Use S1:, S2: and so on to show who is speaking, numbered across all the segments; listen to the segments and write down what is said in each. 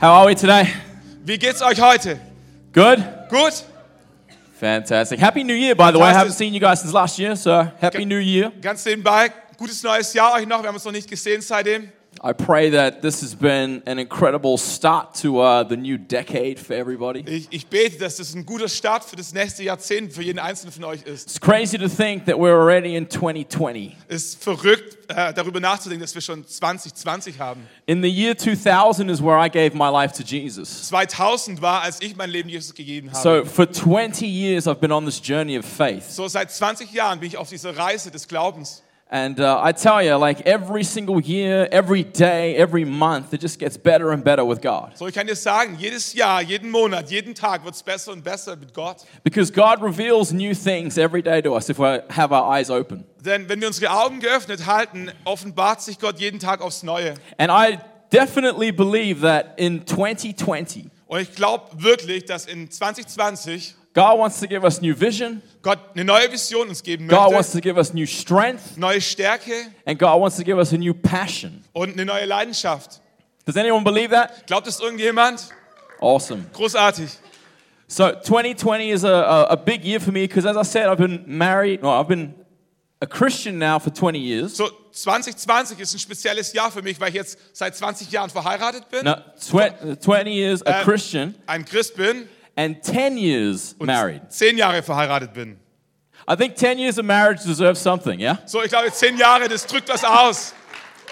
S1: How are we today?
S2: Wie geht's euch heute?
S1: Good?
S2: Gut?
S1: Fantastic. Happy New Year, by the way. I haven't
S2: Fantastic.
S1: seen you guys since last year, so Happy New Year.
S2: Ganz nebenbei, gutes neues Jahr euch noch. Wir haben uns noch nicht gesehen seitdem.
S1: I pray that this has been an incredible start to uh, the new decade for everybody.
S2: Ich, ich bete, dass das ein guter Start für das nächste Jahrzehnt für jeden Einzelnen von euch ist.
S1: It's crazy to think that we're already in 2020.
S2: Es ist verrückt, äh, darüber nachzudenken, dass wir schon 2020 haben.
S1: In the year 2000 is where I gave my life to Jesus.
S2: 2000 war, als ich mein Leben Jesus gegeben habe.
S1: So for 20 years, I've been on this journey of faith.
S2: So seit 20 Jahren bin ich auf dieser Reise des Glaubens.
S1: And uh, I tell you, like every single year, every day, every month, it just gets better and better with God.
S2: So ich kann dir sagen, jedes Jahr, jeden Monat, jeden Tag wird es besser und besser mit Gott.
S1: Because God reveals new things every day to us if we have our eyes open.
S2: Denn wenn wir unsere Augen geöffnet halten, offenbart sich Gott jeden Tag aufs Neue.
S1: And I definitely believe that in 2020,
S2: Und ich glaube wirklich, dass in 2020
S1: God wants to give us new vision,
S2: Gott eine neue Vision uns geben
S1: God wants to
S2: möchte,
S1: give us new strength,
S2: neue Stärke
S1: and God wants to give us a new passion.
S2: und eine neue Leidenschaft.
S1: Does anyone believe that?
S2: Glaubt es irgendjemand?
S1: Awesome.
S2: Großartig.
S1: So 2020 is a, a, a big year for me because, as I said, I've been married, well, I've been a Christian now for 20 years.
S2: So 2020 ist ein spezielles Jahr für mich, weil ich jetzt seit 20 Jahren verheiratet bin,
S1: No, tw- 20 years a Christian
S2: ein Christ bin
S1: and 10 years
S2: und
S1: married.
S2: 10 Jahre verheiratet bin.
S1: I think 10 years of marriage deserves something, yeah?
S2: So ich glaube 10 Jahre, das drückt was aus.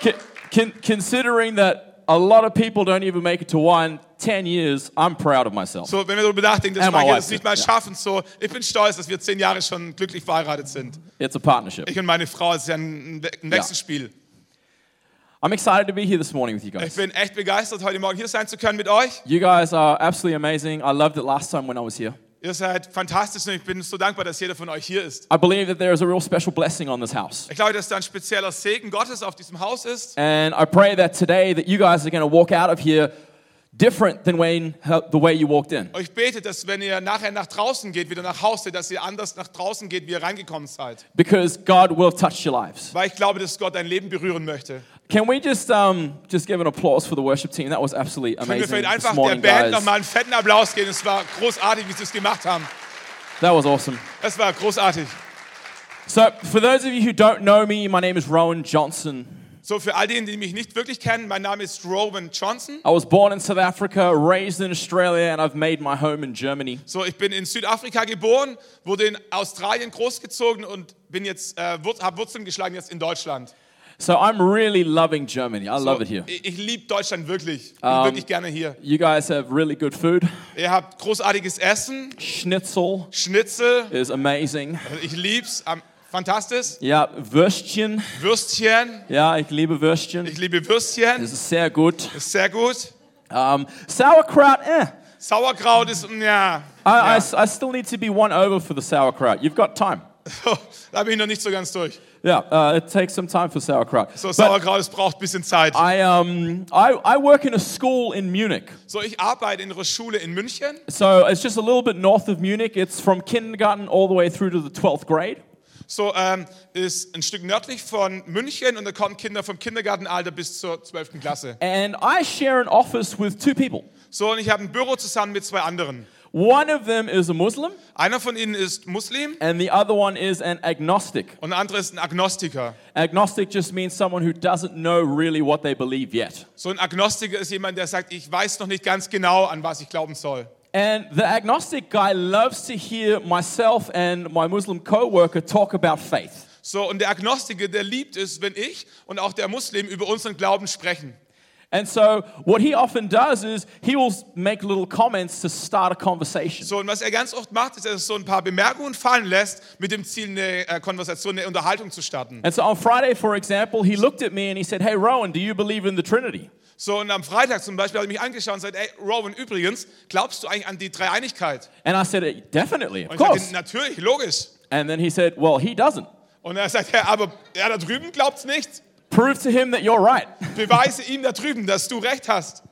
S1: Con- con- considering that a lot of people don't even make it to one, 10 years, I'm proud of myself.
S2: So wenn wir darüber nachdenken, dass
S1: Ja, mal
S2: manche das
S1: weiß,
S2: nicht mal
S1: ja.
S2: schaffen, so ich bin stolz, dass wir 10 Jahre schon glücklich verheiratet sind.
S1: it's a partnership.
S2: Ich und meine Frau, es ist ja ein, ein Wechselspiel.
S1: I'm excited to be here this morning with you
S2: Ich
S1: guys.
S2: bin echt begeistert, heute Morgen hier sein zu können mit euch.
S1: You guys are absolutely amazing. I loved it last time when I was here.
S2: Ihr seid fantastisch und ich bin so dankbar, dass jeder von euch hier ist.
S1: I believe that there is a real special blessing on this house.
S2: Ich glaube, dass da ein spezieller Segen Gottes auf diesem Haus ist.
S1: And I pray that today that you guys are going to walk out of here different than when, how- the way you walked in.
S2: Und ich bete, dass wenn ihr nachher nach draußen geht, wieder nach Hause, dass ihr anders nach draußen geht, wie ihr reingekommen seid.
S1: Because God will touch your lives.
S2: Weil ich glaube, dass Gott dein Leben berühren möchte.
S1: Can we just um, just give an applause for the worship team? That was absolutely
S2: Können wir
S1: amazing
S2: vielleicht
S1: this
S2: einfach der
S1: morning,
S2: Band
S1: guys.
S2: nochmal einen fetten Applaus geben. Es war großartig, wie sie es gemacht haben.
S1: That was awesome.
S2: Es war großartig.
S1: So, for those of you who don't know me, my name is Rowan Johnson.
S2: So, für all diejenigen, die mich nicht wirklich kennen, mein Name ist Rowan Johnson.
S1: I was born in South Africa, raised in Australia, and I've made my home in Germany.
S2: So, ich bin in Südafrika geboren, wurde in Australien großgezogen und bin jetzt, äh, wur habe Wurzeln geschlagen jetzt in Deutschland.
S1: So, I'm really loving Germany. I love it here. Ähm.
S2: Ich, ich liebe Deutschland wirklich. Ich bin wirklich gerne hier.
S1: You guys have really good food.
S2: Ihr habt großartiges Essen,
S1: Schnitzel
S2: Schnitzel,
S1: is amazing.
S2: also ich lieb's, am- fantastisch.
S1: Ja, Würstchen.
S2: Würstchen,
S1: Ja, ich liebe Würstchen.
S2: ich liebe Würstchen,
S1: Das ist sehr gut.
S2: ist sehr gut.
S1: Um, sauerkraut, eh.
S2: Sauerkraut ist, mm, ja,
S1: I, I s- I still need to be won over for the sauerkraut. You've got time.
S2: da bin ich noch nicht so ganz durch.
S1: Yeah, uh, it takes some time for sauerkraut.
S2: So
S1: But-
S2: Sauerkraut, es braucht ein bisschen Zeit.
S1: I, um, I, I work in a school in Munich.
S2: So, ich arbeite in einer Schule in München.
S1: So it's just a little bit north of Munich. It's from kindergarten all the way through to the 12th grade.
S2: So, ähm, ist ein Stück nördlich von München und da kommen Kinder vom Kindergartenalter bis zur 12. Klasse.
S1: And I share an office with two people.
S2: So, und ich habe ein Büro zusammen mit zwei anderen.
S1: One of them is a Muslim,
S2: Einer von ihnen ist Muslim
S1: and the other one is an agnostic.
S2: und der andere ist ein Agnostiker.
S1: Agnostic just means someone who doesn't know really what they believe yet.
S2: So ein Agnostiker ist jemand, der sagt, ich weiß noch nicht ganz genau, an was ich glauben soll.
S1: And the agnostic guy loves to hear myself and my Muslim co worker talk about faith.
S2: So, und der Agnostiker, der liebt es, wenn ich und auch der Muslim über unseren Glauben sprechen.
S1: And so, what he often does is he will s- make little comments to start a conversation.
S2: So, und was er ganz oft macht, ist, dass er so ein paar Bemerkungen fallen lässt, mit dem Ziel, eine äh, Konversation, eine Unterhaltung zu starten.
S1: And so on Friday, for example, he looked at me and he said, Hey, Rowan, do you believe in the Trinity?
S2: So, und am Freitag zum Beispiel habe ich mich angeschaut und gesagt, ey, Rowan, übrigens, glaubst du eigentlich an die Dreieinigkeit?
S1: And I said, "Eh, Definitely, of
S2: Und ich sagte,
S1: course.
S2: natürlich, logisch.
S1: And then he said, Well, he doesn't.
S2: Und er sagt, ja, aber er da drüben glaubt's nicht.
S1: Prove to him that you're right.
S2: Beweise ihm da drüben, dass du recht hast.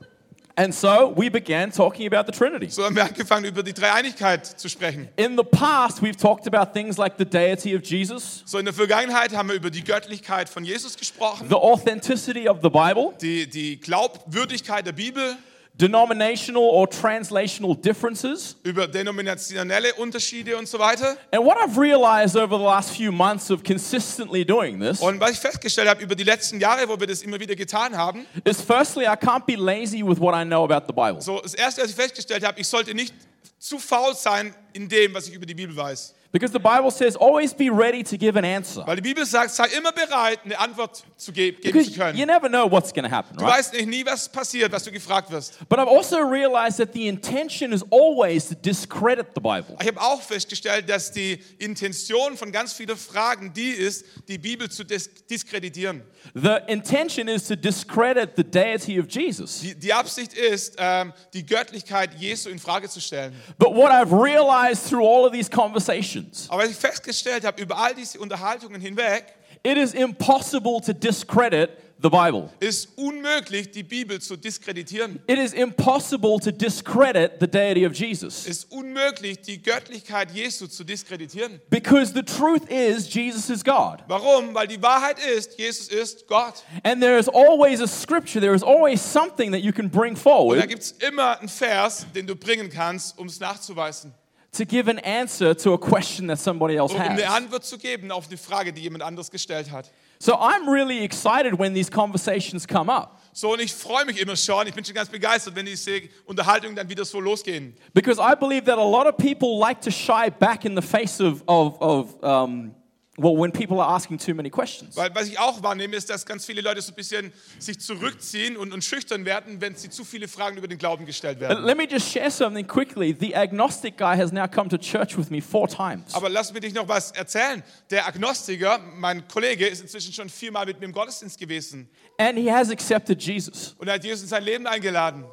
S1: And so we began talking about the Trinity.
S2: So haben wir angefangen, über die Dreieinigkeit zu sprechen.
S1: In the past, we've talked about things like the deity of Jesus,
S2: So in der Vergangenheit haben wir über die Göttlichkeit von Jesus gesprochen,
S1: the authenticity of the Bible,
S2: die, die Glaubwürdigkeit der Bibel,
S1: denominational or translational differences.
S2: über denominationelle Unterschiede und so weiter.
S1: And what I've realized over the last few months of consistently doing this
S2: Und was ich festgestellt habe über die letzten Jahre, wo wir das immer wieder getan haben,
S1: is firstly, I can't be lazy with what I know about the Bible.
S2: so das Erste, was ich festgestellt habe, ich sollte nicht zu faul sein in dem, was ich über die Bibel weiß.
S1: Because the Bible says, always be ready to give an answer.
S2: Weil die Bibel sagt, sei immer bereit, eine Antwort zu geben, geben zu
S1: Because you
S2: können.
S1: never know what's going to happen,
S2: Du
S1: right?
S2: weißt nicht nie, was passiert, was du gefragt wirst.
S1: But I've also realized that the intention is always to discredit the Bible.
S2: Ich habe auch festgestellt, dass die Intention von ganz vielen Fragen die ist, die Bibel zu dis diskreditieren.
S1: The intention is to discredit the deity of Jesus.
S2: Die, die Absicht ist, ähm, die Göttlichkeit Jesu in Frage zu stellen.
S1: But what I've realized through all of these conversations,
S2: Aber was ich festgestellt habe, über all diese Unterhaltungen hinweg,
S1: it is impossible to discredit the Bible.
S2: ist unmöglich, die Bibel zu diskreditieren.
S1: It is impossible to discredit the deity of Jesus.
S2: Es ist unmöglich, die Göttlichkeit Jesu zu diskreditieren.
S1: Because the truth is, Jesus is God.
S2: Warum? Weil die Wahrheit ist, Jesus ist Gott.
S1: And there is always a scripture, there is always something that you can bring
S2: Und da
S1: forward
S2: gibt es immer einen Vers, den du bringen kannst, um es nachzuweisen.
S1: to give an answer to a question that somebody else
S2: Um eine
S1: has.
S2: Antwort zu geben auf eine Frage, die jemand anders gestellt hat.
S1: So I'm really excited when these conversations come up
S2: So, und ich freue mich immer schon. Ich bin schon ganz begeistert, wenn diese Unterhaltungen dann wieder so losgehen.
S1: because I believe that a lot of people like to shy back in the face of, of, of um, well, when people are asking too many questions.
S2: Weil was ich auch wahrnehme, ist, dass ganz viele Leute so ein bisschen sich zurückziehen und, und schüchtern werden, wenn sie zu viele Fragen über den Glauben gestellt werden.
S1: Let me just share something quickly. The agnostic guy has now come to church with me four times.
S2: Aber lass mir dich noch was erzählen. Der Agnostiker, mein Kollege, ist inzwischen schon viermal mit mir im Gottesdienst gewesen.
S1: And he has accepted Jesus.
S2: Und er hat Jesus in sein Leben eingeladen.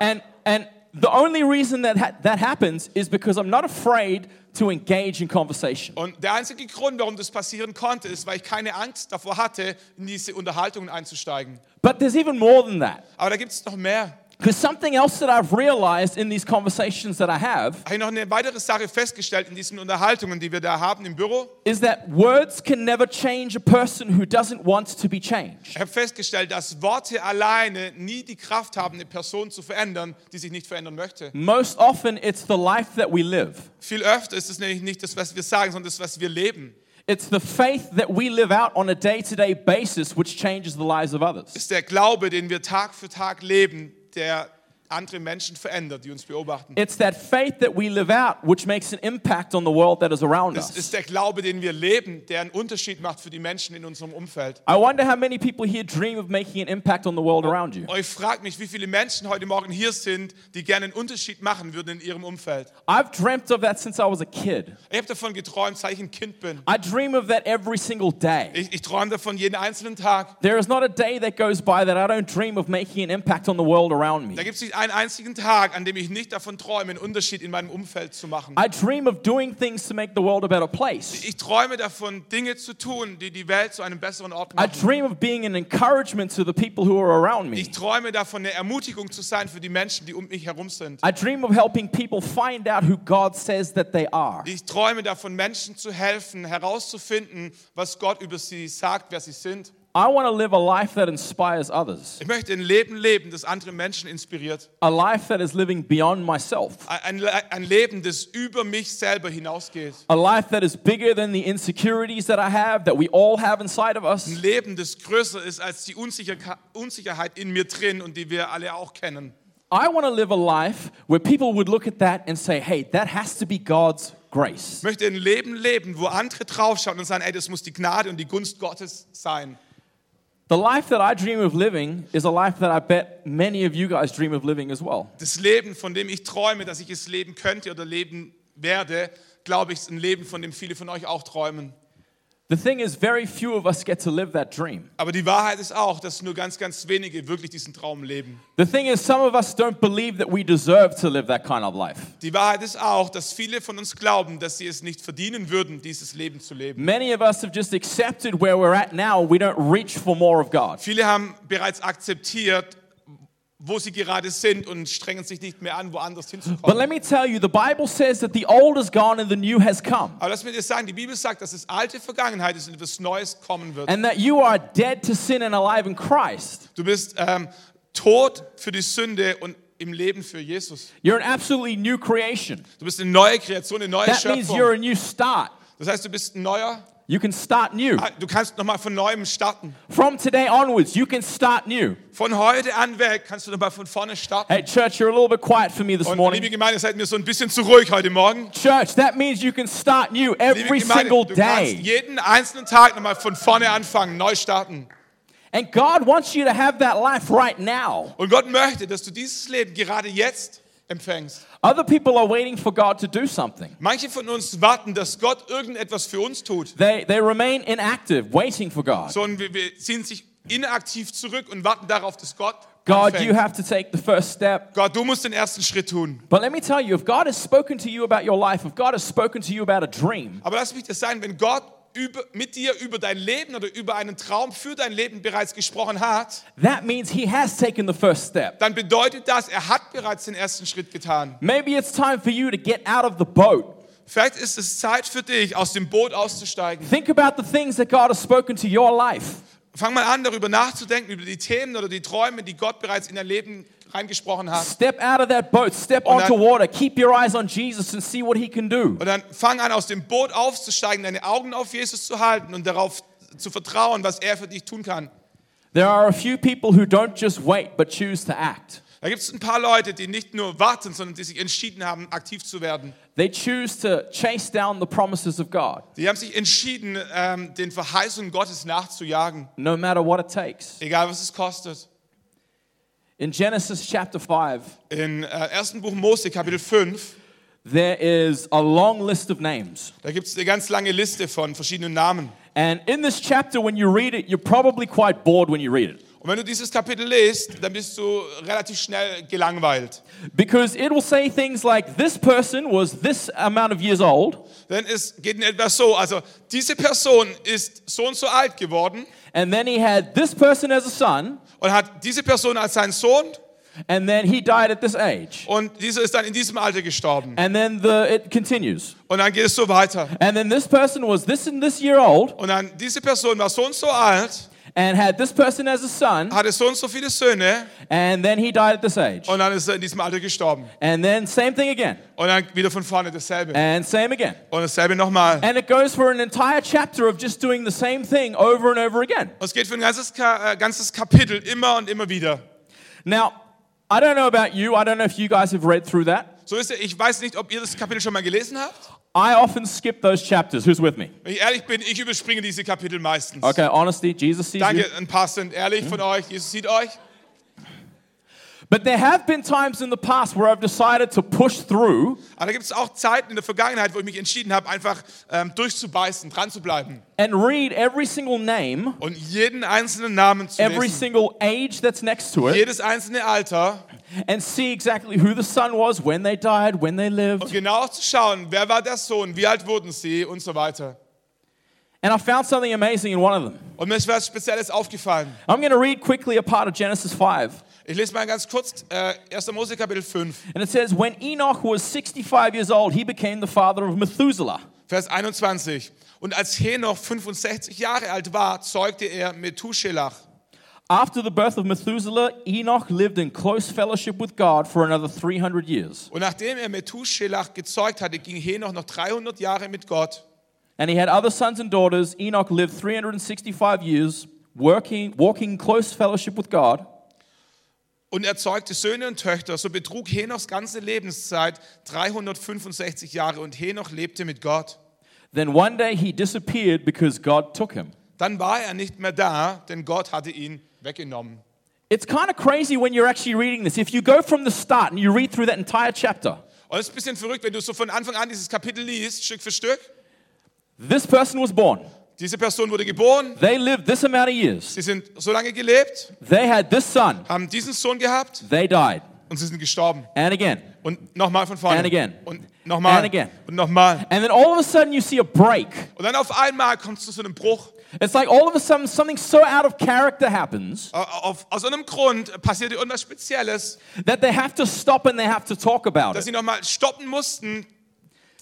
S1: And, and the only reason that ha- that happens is because I'm not afraid to engage in conversation.
S2: Und der einzige Grund, warum das passieren konnte, ist, weil ich keine Angst davor hatte, in diese Unterhaltungen einzusteigen.
S1: But there's even more than that.
S2: Aber da gibt es noch mehr.
S1: Because something else that I've realized in these conversations that I have
S2: Ich habe noch eine weitere Sache festgestellt in diesen Unterhaltungen, die wir da haben im Büro.
S1: is that words can never change a person who doesn't want to be changed.
S2: Ich habe festgestellt, dass Worte alleine nie die Kraft haben, eine Person zu verändern, die sich nicht verändern möchte.
S1: Most often, it's the life that we live,
S2: Viel öfter ist es nämlich nicht das, was wir sagen, sondern das, was wir leben.
S1: it's the faith that we live out on a day to day basis which changes the lives of others.
S2: ist der Glaube, den wir Tag für Tag leben, der andere Menschen verändert, die uns beobachten.
S1: It's that faith that we live out which makes an impact on the world that is around
S2: Es ist
S1: us.
S2: der Glaube, den wir leben, der einen Unterschied macht für die Menschen in unserem Umfeld.
S1: I wonder how many people here dream of making an impact on the world around you.
S2: Und ich frage mich, wie viele Menschen heute Morgen hier sind, die gerne einen Unterschied machen würden in ihrem Umfeld.
S1: I've dreamt of that since I was a kid.
S2: Ich habe davon geträumt, seit ich ein Kind bin.
S1: I dream of that every single day.
S2: Ich, ich träume davon jeden einzelnen Tag.
S1: There is not a day that goes by that I don't dream of making an impact on the world around
S2: Da
S1: me.
S2: gibt es nicht einen einzigen Tag, an dem ich nicht davon träume, einen Unterschied in meinem Umfeld zu machen.
S1: I dream of doing things to make the world a better place.
S2: Ich träume davon, Dinge zu tun, die die Welt zu einem besseren Ort
S1: I
S2: machen.
S1: dream of being an encouragement to the people who are around
S2: Ich
S1: me.
S2: träume davon, eine Ermutigung zu sein für die Menschen, die um mich herum sind.
S1: I dream of helping people find out who God says that they are.
S2: Ich träume davon, Menschen zu helfen, herauszufinden, was Gott über sie sagt, wer sie sind.
S1: I want to live a life that inspires others,
S2: Ich möchte ein Leben leben, das andere Menschen inspiriert.
S1: a life that is living beyond myself,
S2: Ein, ein Le- ein Leben, das über mich selber hinausgeht.
S1: a life that is bigger than the insecurities that I have, that we all have inside of
S2: Ein
S1: us.
S2: Leben, das größer ist als die Unsicherka- Unsicherheit in mir drin und die wir alle auch kennen.
S1: I want to live a life where people would look at that and say, hey, that has to be God's grace.
S2: Ich möchte ein Leben leben, wo andere draufschauen und sagen, ey, das muss die Gnade und die Gunst Gottes sein.
S1: The life that I dream of living is a life that I bet many of you guys dream of living as well.
S2: das Leben, von dem ich träume, dass ich es leben könnte oder leben werde, glaube ich, ist ein Leben, von dem viele von euch auch träumen.
S1: The thing is, very few of us get to live that dream.
S2: Aber die Wahrheit ist auch, dass nur ganz, ganz wenige wirklich diesen Traum leben.
S1: The thing is, some of us don't believe that we deserve to live that kind of life.
S2: Die Wahrheit ist auch, dass viele von uns glauben, dass sie es nicht verdienen würden, dieses Leben zu leben.
S1: Many of us have just accepted where we're at now. We don't reach for more of God.
S2: Viele haben bereits akzeptiert, wo sie gerade sind und strengen sich nicht mehr an, woanders
S1: But
S2: hinzukommen.
S1: let me tell you, the Bible says that the old is gone and the new has come,
S2: Aber lass mir dir sagen, die Bibel sagt, dass es alte Vergangenheit ist und etwas Neues kommen wird.
S1: and that you are dead to sin and alive in Christ.
S2: Du bist ähm, tot für die Sünde und im Leben für Jesus.
S1: You're an absolutely new creation.
S2: Du bist eine neue Kreation, eine neue
S1: That means you're
S2: Schöpfung.
S1: a new start.
S2: Das heißt, du bist ein neuer.
S1: You can start new.
S2: Ah, Du kannst nochmal von neuem starten.
S1: From today onwards, you can start new.
S2: Von heute an weg kannst du nochmal von vorne starten.
S1: Hey, church, you're a little bit quiet for me this
S2: Und liebe
S1: morning.
S2: Gemeinde, seid mir so ein bisschen zu ruhig heute Morgen.
S1: Church, that means you can start new
S2: Liebe
S1: every
S2: Gemeinde,
S1: single
S2: du kannst
S1: day.
S2: jeden einzelnen Tag nochmal von vorne anfangen, neu starten.
S1: And God wants you to have that life right now.
S2: Und Gott möchte, dass du dieses Leben gerade jetzt empfängst.
S1: Other people are waiting for God to do something.
S2: Manche von uns warten, dass Gott irgendetwas für uns tut.
S1: They, they remain inactive, waiting for God.
S2: So, und wir, wir ziehen sich inaktiv zurück und warten darauf, dass Gott
S1: God, you
S2: anfängt.
S1: have to take the first step.
S2: Gott, du musst den ersten Schritt tun.
S1: But let me tell you, if God has spoken to you about your life, if God has spoken to you about a dream,
S2: Aber lass mich das sagen, wenn Gott über, mit dir über dein Leben oder über einen Traum für dein Leben bereits gesprochen hat,
S1: that means He has taken the first step.
S2: dann bedeutet das, er hat bereits den ersten Schritt getan.
S1: Maybe it's time for you to get out of the boat.
S2: Vielleicht ist es Zeit für dich, aus dem Boot auszusteigen.
S1: Think about the things that God has spoken to your life.
S2: Fang mal an, darüber nachzudenken, über die Themen oder die Träume, die Gott bereits in dein Leben reingesprochen hat.
S1: Step out of that boat, step
S2: Und dann-
S1: onto water, keep your eyes on Jesus and see what he can do.
S2: Und dann fang an, aus dem Boot aufzusteigen, deine Augen auf Jesus zu halten und darauf zu vertrauen, was er für dich tun kann.
S1: There are a few people who don't just wait but choose to act.
S2: Da gibt es ein paar Leute, die nicht nur warten, sondern die sich entschieden haben, aktiv zu werden.
S1: They choose to chase down the promises of God,
S2: Die haben sich entschieden, ähm, den Verheißungen Gottes nachzujagen,
S1: no matter what it takes.
S2: egal was es kostet.
S1: In Genesis chapter 5,
S2: Im äh, ersten Buch Mose, Kapitel 5,
S1: there is a long list of names.
S2: da gibt es eine ganz lange Liste von verschiedenen Namen.
S1: And in this chapter, when you read it, you're probably quite bored when you read it.
S2: Und wenn du dieses Kapitel liest, dann bist du relativ schnell gelangweilt.
S1: Because it will say things like, this person was this amount of years old,
S2: Denn es geht in etwa so, also diese Person ist so und so alt geworden
S1: and then he had this person as a son,
S2: und hat diese Person als seinen Sohn
S1: and then he died at this age.
S2: und dieser ist dann in diesem Alter gestorben.
S1: And then the, it continues.
S2: Und dann geht es so weiter.
S1: And then this person was this and this year old
S2: Und dann diese Person war so und so alt,
S1: and had this person as a son,
S2: hatte so und so viele Söhne
S1: and then he died at this age.
S2: und dann ist er in diesem Alter gestorben.
S1: And then same thing again,
S2: Und dann wieder von vorne dasselbe.
S1: and same again.
S2: Und dasselbe nochmal.
S1: And it goes for an entire chapter of just doing the same thing over and over again.
S2: Und es geht für ein ganzes, Ka äh, ganzes Kapitel immer und immer wieder.
S1: Now, I don't know about you, I don't know if you guys have read through that.
S2: So ist er, ich weiß nicht, ob ihr das Kapitel schon mal gelesen habt.
S1: I often skip those chapters. Who's with me?
S2: Wenn ich ehrlich bin, ich überspringe diese Kapitel meistens.
S1: Okay, honesty, Jesus sees you.
S2: Danke, ein paar sind ehrlich von euch. Jesus sieht euch.
S1: But there have been times in the past where I've decided to push through
S2: Aber da gibt es auch Zeiten in der Vergangenheit, wo ich mich entschieden habe, einfach ähm, durchzubeißen, dran zu bleiben
S1: and read every single name,
S2: und jeden einzelnen Namen zu
S1: every
S2: lesen.
S1: single age that's next to it.
S2: Jedes einzelne Alter
S1: and see exactly who the son was, when they died, when they
S2: und
S1: lived.
S2: genau zu schauen, wer war der Sohn, wie alt wurden sie und so weiter.
S1: And I found something amazing in one of them.
S2: Und mir ist was Spezielles aufgefallen.
S1: I'm going to read quickly a part of Genesis 5.
S2: Ich lese mal ganz kurz äh, 1. Mose Kapitel 5,
S1: And it says, When Enoch was 65 years old, he became the father of Methuselah.
S2: Vers 21. Und als Henoch 65 Jahre alt war, zeugte er Methuselach.
S1: After the birth of Methuselah, Enoch lived in close fellowship with God for another 300 years.
S2: Und nachdem er Methuselach gezeugt hatte, ging Henoch noch 300 Jahre mit Gott.
S1: And he had other sons and daughters. Enoch lived 365 years, working, walking in close fellowship with God.
S2: und erzeugte Söhne und Töchter. So betrug Henochs ganze Lebenszeit 365 Jahre und Henoch lebte mit Gott.
S1: Then one day he disappeared because God took him.
S2: Dann war er nicht mehr da, denn Gott hatte ihn weggenommen.
S1: It's kind of crazy when you're actually reading this. If you go from the start and you read through that entire chapter,
S2: Und es ist ein bisschen verrückt, wenn du so von Anfang an dieses Kapitel liest, Stück für Stück.
S1: this person was born.
S2: Diese Person wurde geboren,
S1: They lived this amount of years.
S2: sie sind so lange gelebt,
S1: They had this son.
S2: haben diesen Sohn gehabt
S1: They died.
S2: und sie sind gestorben.
S1: And again.
S2: Und nochmal von vorne.
S1: And again.
S2: Und nochmal.
S1: And again.
S2: Und nochmal.
S1: And then all of a sudden you see a break.
S2: Und dann auf einmal kommt es zu so einem Bruch.
S1: It's like all of a sudden something so out of character happens
S2: Au- Auf, aus einem Grund passiert irgendwas Spezielles,
S1: that they have to stop and they have to talk about it.
S2: dass sie nochmal stoppen mussten,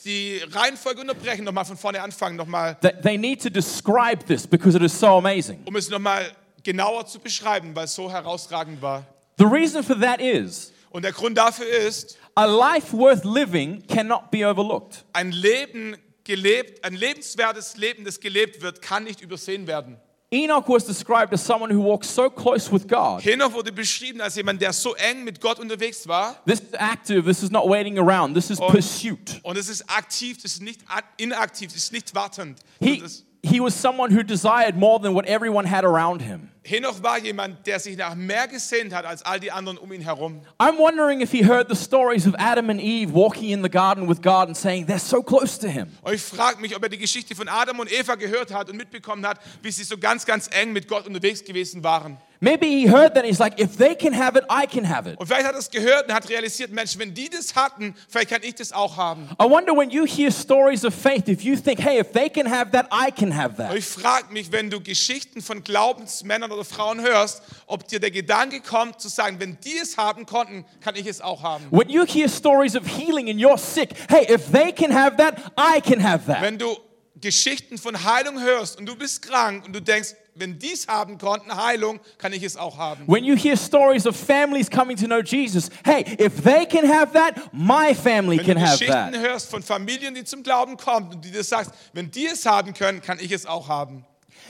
S2: die Reihenfolge unterbrechen, nochmal von vorne anfangen, nochmal,
S1: That they need to describe this because it is so amazing.
S2: um es nochmal genauer zu beschreiben, weil es so herausragend war.
S1: The reason for that is
S2: Und Und der Grund dafür ist,
S1: A life worth living cannot be overlooked.
S2: ein Leben gelebt, ein lebenswertes Leben, das gelebt wird, kann nicht übersehen werden.
S1: Enoch was described as someone who walked so close with God.
S2: Henoch wurde beschrieben als jemand, der so eng mit Gott unterwegs war.
S1: This is active, this is not waiting around, this is pursuit.
S2: Und es ist aktiv, es ist nicht a- inaktiv, es ist nicht wartend.
S1: He,
S2: Das-
S1: he was someone who desired more than what everyone had around him.
S2: Henoch war jemand, der sich nach mehr gesehnt hat als all die anderen um ihn herum.
S1: I'm wondering if he heard the stories of Adam and Eve walking in the garden with God and saying, they're so close to him.
S2: Und ich frage mich, ob er die Geschichte von Adam und Eva gehört hat und mitbekommen hat, wie sie so ganz, ganz eng mit Gott unterwegs gewesen waren.
S1: Maybe he heard that and he's like, if they can have it, I can have it.
S2: Und vielleicht hat er es gehört und hat realisiert, Mensch, wenn die das hatten, vielleicht kann ich das auch haben.
S1: I wonder when you hear stories of faith, if you think, hey, if they can have that, I can have
S2: Und
S1: that.
S2: ich frage mich, wenn du Geschichten von Glaubensmännern oder Frauen hörst, ob dir der Gedanke kommt, zu sagen, wenn die es haben konnten, kann ich es auch haben.
S1: When you hear stories of healing and you're sick, hey, if they can have that, I can have that.
S2: Wenn du Geschichten von Heilung hörst und du bist krank und du denkst, wenn die es haben konnten, Heilung, kann ich es auch haben.
S1: When you hear stories of families coming to know Jesus, hey, if they can have that, my family
S2: Wenn du
S1: can have
S2: Geschichten
S1: that.
S2: hörst von Familien, die zum Glauben kommen und die dir sagst, wenn die es haben können, kann ich es auch haben.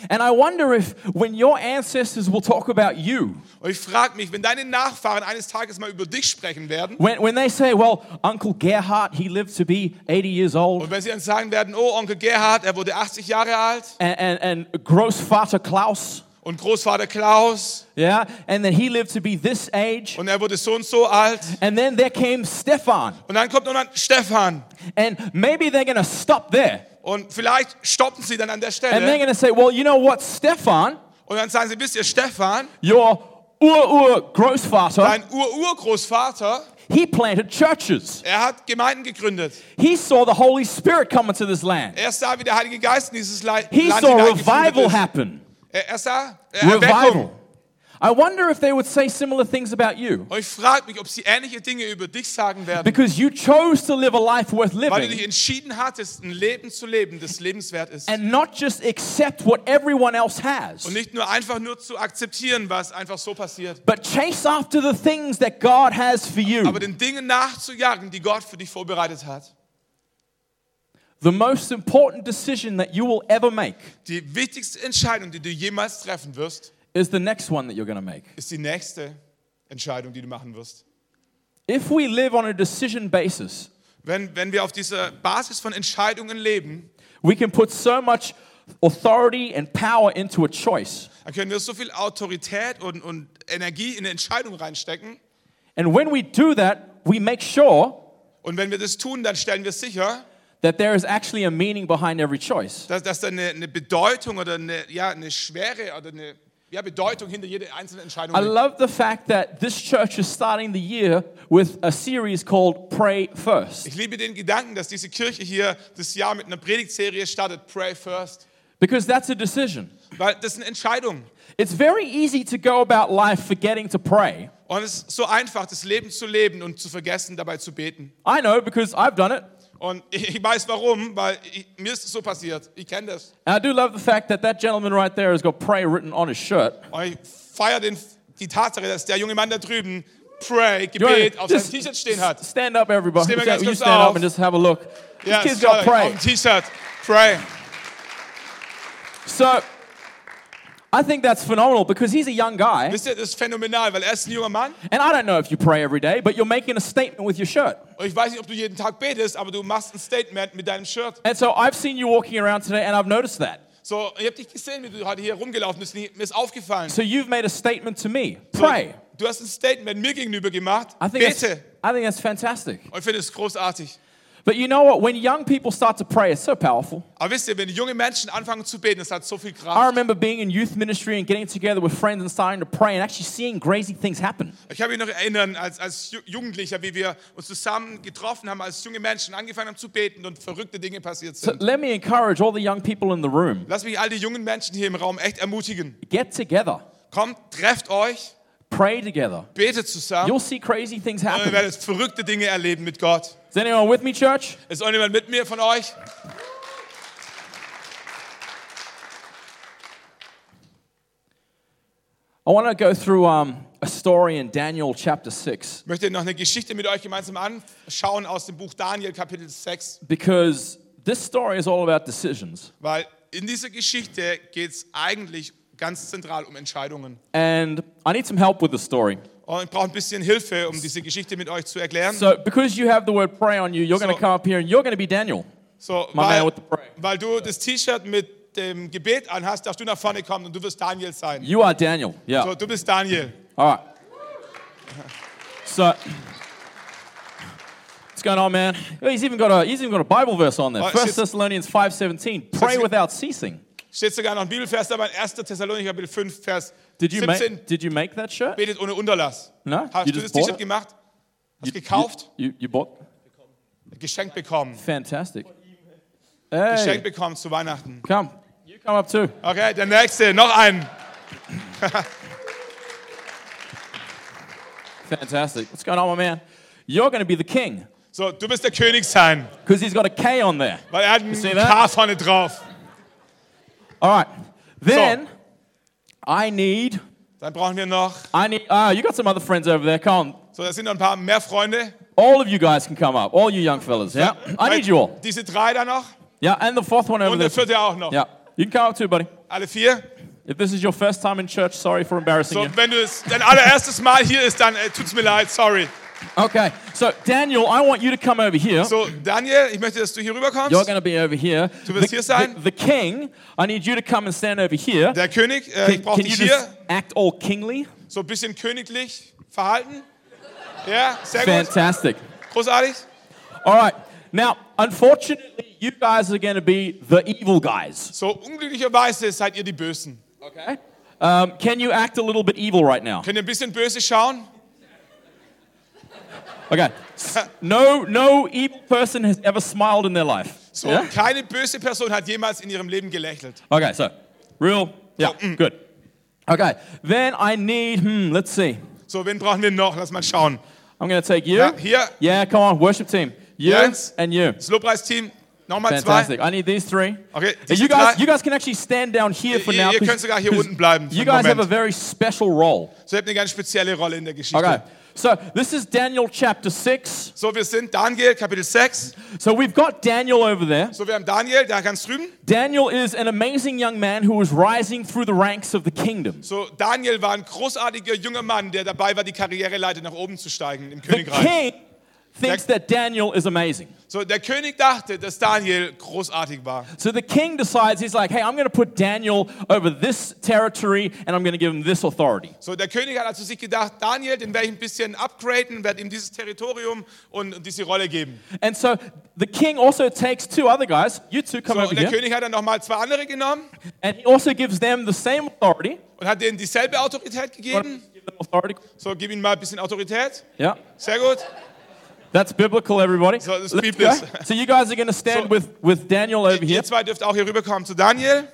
S1: And I wonder if when your ancestors will talk about you,
S2: Und ich frage mich, wenn deine Nachfahren eines Tages mal über dich sprechen werden
S1: when, when they say, well, Uncle Gerhard, he lived to be 80 years old,
S2: und wenn sie dann sagen werden, oh Onkel Gerhard, er wurde 80 Jahre alt
S1: and, and, and Großvater Klaus,
S2: und Großvater Klaus
S1: yeah, and then he lived to be this age.
S2: und er wurde so und so alt
S1: And then there came Stefan.
S2: und dann kommt noch ein Stefan
S1: And maybe they're going to stop there.
S2: und vielleicht stoppen sie dann an der
S1: And they're
S2: Stelle
S1: going to say, well, you know what, Stefan,
S2: und dann sagen sie, wisst ihr, Stefan,
S1: your ur-ur-Großvater,
S2: dein Ur-Urgroßvater,
S1: he planted churches.
S2: er hat Gemeinden gegründet.
S1: He saw the Holy Spirit come into this land.
S2: Er sah, wie der Heilige Geist in dieses Le- Land
S1: He saw
S2: hineingeflutet
S1: revival
S2: ist.
S1: happen.
S2: Er, er sah äh, Erweckung.
S1: Revival. I wonder if they would say similar things about you.
S2: Und ich frage mich, ob sie ähnliche Dinge über dich sagen werden,
S1: Because you chose to live a life worth
S2: weil du dich
S1: living
S2: entschieden hattest, ein Leben zu leben, das lebenswert ist.
S1: and not just accept what everyone else
S2: Und
S1: has,
S2: nicht nur einfach nur zu akzeptieren, was einfach so passiert,
S1: but chase after the things that God has for you.
S2: aber den Dingen nachzujagen, die Gott für dich vorbereitet hat.
S1: The most important decision that you will ever make
S2: Die wichtigste Entscheidung, die du jemals treffen wirst,
S1: is the next one that you're going to make.
S2: ist die nächste Entscheidung, die du machen wirst.
S1: If we live on a decision basis,
S2: Wenn, wenn wir auf dieser Basis von Entscheidungen leben,
S1: we can put so much authority and power into a choice.
S2: dann können wir so viel Autorität und, und Energie in eine Entscheidung reinstecken.
S1: And when we do that, we make sure
S2: Und wenn wir das tun, dann stellen wir sicher,
S1: that there is actually a meaning behind every choice.
S2: dass, dass da eine, eine Bedeutung oder eine, ja, eine Schwere oder eine ja, Bedeutung hinter jeder einzelnen Entscheidung
S1: I
S2: liegt.
S1: love the fact that this church is starting the year with a series called Pray First.
S2: Ich liebe den Gedanken, dass diese Kirche hier das Jahr mit einer Predigtserie startet, Pray First,
S1: Because that's a decision.
S2: weil das ist eine Entscheidung.
S1: It's very easy to go about life forgetting to pray.
S2: Und es ist so einfach, das Leben zu leben und zu vergessen, dabei zu beten.
S1: I know because I've done it.
S2: Und ich ich weiß warum, weil ich, mir ist es so passiert. Ich kenne das.
S1: And I do love the fact that that gentleman right there has got pray written on his shirt.
S2: Und ich feiere den, die Tatsache, dass der junge Mann da drüben Pray,
S1: You wanna
S2: Gebet, auf seinem
S1: just
S2: T-Shirt stehen hat.
S1: Stand up, everybody.
S2: Stehen wir
S1: Stand-
S2: ganz
S1: you
S2: kurz
S1: stand up
S2: auf.
S1: and just have a look.
S2: Ja,
S1: These kids
S2: schau,
S1: got pray.
S2: auf dem T-Shirt. Pray.
S1: So I think that's phenomenal because he's a young guy,
S2: Wisst ihr, das ist phänomenal, weil er ist ein junger Mann.
S1: and I don't know if you pray every day, but you're making a statement with your shirt.
S2: Und ich weiß nicht, ob du jeden Tag betest, aber du machst ein Statement mit deinem Shirt.
S1: And so I've seen you walking around today, and I've noticed that.
S2: So, ich habe dich gesehen, wie du heute hier rumgelaufen bist. Mir ist aufgefallen.
S1: So you've made a statement to me.
S2: So,
S1: Pray.
S2: Du hast ein Statement mir gegenüber gemacht.
S1: I think that's,
S2: Bete.
S1: I think that's fantastic.
S2: Und ich finde es großartig.
S1: But you know what? When young people start to pray, it's so powerful.
S2: Aber wisst ihr, wenn junge Menschen anfangen zu beten, das hat so viel
S1: I
S2: Kraft.
S1: remember being in youth ministry and getting together with friends and starting to pray and actually seeing crazy things happen.
S2: Ich kann mich noch erinnern, als, als Ju- Jugendlicher, wie wir uns zusammen getroffen haben, als junge Menschen angefangen haben zu beten und verrückte Dinge passiert
S1: So
S2: sind.
S1: let me encourage all the young people in the room
S2: Lass mich all die jungen Menschen hier im Raum echt ermutigen.
S1: get together,
S2: Kommt, trefft euch,
S1: pray together.
S2: betet zusammen
S1: You'll see crazy things
S2: und ihr
S1: happen.
S2: werdet verrückte Dinge erleben mit Gott.
S1: Is anyone with me, church?
S2: Ist auch jemand mit mir von euch?
S1: I want to go through um, a story in Daniel chapter 6
S2: Ich möchte noch eine Geschichte mit euch gemeinsam anschauen aus dem Buch Daniel Kapitel 6,
S1: because this story is all about decisions.
S2: weil in dieser Geschichte geht es eigentlich ganz zentral um Entscheidungen.
S1: And I need some help with the story.
S2: Und ich brauche ein bisschen Hilfe, um diese Geschichte mit euch zu erklären.
S1: So, because you have the word pray on you, you're going
S2: So-
S1: to come up here and you're going to be Daniel.
S2: So,
S1: My man
S2: weil,
S1: with the prayer.
S2: weil du das T-Shirt mit dem Gebet anhast, darfst du nach vorne kommen und du wirst Daniel sein.
S1: You are Daniel. Yeah.
S2: So, du bist Daniel.
S1: All right. So, what's going on, man? Well, He's even got a he's even got a Bible verse on there.
S2: Oh, it's
S1: First
S2: just-
S1: Thessalonians five seventeen. Pray
S2: just-
S1: without ceasing.
S2: Steht sogar noch ein Bibelvers dabei, in 1. Thessalonicher Kapitel 5, Vers
S1: Did you make
S2: 17.
S1: Did you make that shirt?
S2: Betet ohne Unterlass.
S1: No?
S2: Hast
S1: You
S2: du das
S1: just bought
S2: T-Shirt
S1: it?
S2: gemacht? Hast
S1: You-
S2: gekauft?
S1: You, you, you bought?
S2: Geschenkt bekommen.
S1: Fantastic. Hey,
S2: Geschenkt bekommen zu Weihnachten.
S1: come. You come up too.
S2: Okay, der nächste, noch einen.
S1: Fantastic. What's going on, my man? You're going to be the king
S2: So, du wirst der König sein,
S1: because he's got a K on there.
S2: weil er hat ein
S1: see that?
S2: K vorne drauf.
S1: All right. Then I need
S2: Dann brauchen wir noch,
S1: I need. Ah, you got some other friends over there. Come on.
S2: so da sind noch ein paar mehr Freunde.
S1: All of you guys can come up. All you young fellas. Yeah. I need you all.
S2: Diese drei da noch
S1: Yeah, and the fourth one over
S2: und der
S1: there.
S2: vierte auch noch.
S1: Yeah. You can come up too, buddy.
S2: Alle vier.
S1: If this is your first time in church, sorry for embarrassing
S2: So,
S1: you.
S2: wenn du es dein allererstes Mal hier ist, dann äh, tut's mir leid, sorry.
S1: Okay. So Daniel, I want you to come over here.
S2: So, Daniel, ich möchte, dass du hier rüberkommst.
S1: You're going to be over here.
S2: Du wirst
S1: the,
S2: hier sein.
S1: The, the king, I need you to come and stand over here.
S2: Der König, äh, ich
S1: Can
S2: brauche
S1: you
S2: dich
S1: just
S2: hier.
S1: act all kingly?
S2: So ein bisschen königlich verhalten. Ja, sehr gut.
S1: Fantastic.
S2: Großartig.
S1: All right. Now, unfortunately, you guys are going to be the evil guys.
S2: So, unglücklicherweise seid ihr die Bösen.
S1: Okay. Um, can you act a little bit evil right now?
S2: Könnt ihr ein bisschen böse schauen?
S1: Okay. S- No, no evil person has ever smiled in their life.
S2: So,
S1: Yeah?
S2: keine böse Person hat jemals in ihrem Leben gelächelt.
S1: Okay, so real. Yeah,
S2: So, mm.
S1: good. Okay, then I need, hmm, let's see.
S2: So, wen brauchen wir noch? Lass mal schauen.
S1: I'm going to take you.
S2: Ja, hier,
S1: Yeah, come on, worship team. You
S2: Jens.
S1: and you.
S2: das Lobpreisteam. Nochmal zwei.
S1: Fantastic. I need these three.
S2: Okay,
S1: Hey,
S2: diese
S1: you guys,
S2: drei.
S1: you guys can actually stand down here for
S2: Ihr-
S1: now.
S2: ihr
S1: 'cause-
S2: könnt sogar hier
S1: 'cause
S2: unten bleiben für
S1: You
S2: einen
S1: guys have a
S2: Moment.
S1: very special role.
S2: So, ihr habt eine ganz spezielle Rolle in der Geschichte.
S1: Okay. So this is Daniel chapter six.
S2: So, wir sind Daniel, Kapitel 6.
S1: So we've got Daniel over there.
S2: So, wir haben Daniel, da ganz drüben.
S1: Daniel is an amazing young man who is rising through the ranks of the kingdom.
S2: So, Daniel war ein großartiger junger Mann, der dabei war, die Karriereleiter nach oben zu steigen im
S1: The
S2: Königreich.
S1: king thinks that Daniel is amazing.
S2: So, der König dachte, dass Daniel großartig war.
S1: So the king decides, he's like, hey, I'm going to put Daniel over this territory and I'm going to give him this authority.
S2: So, der König hat also sich gedacht, Daniel, den werde ich ein bisschen upgraden, werde ihm dieses Territorium und diese Rolle geben.
S1: And so the king also takes two other guys, you two come
S2: So,
S1: over
S2: und der
S1: here,
S2: König hat dann nochmal zwei andere genommen
S1: and he also gives them the same authority.
S2: und hat denen dieselbe Autorität
S1: Give
S2: gegeben.
S1: them authority.
S2: So, gib ihm mal ein bisschen Autorität.
S1: Yeah.
S2: Sehr gut.
S1: That's biblical, everybody.
S2: So this
S1: Let's
S2: people is-
S1: go. So you guys are going to stand
S2: So-
S1: with, with Daniel over here.
S2: Ihr zwei dürft auch hier rüberkommen zu Daniel.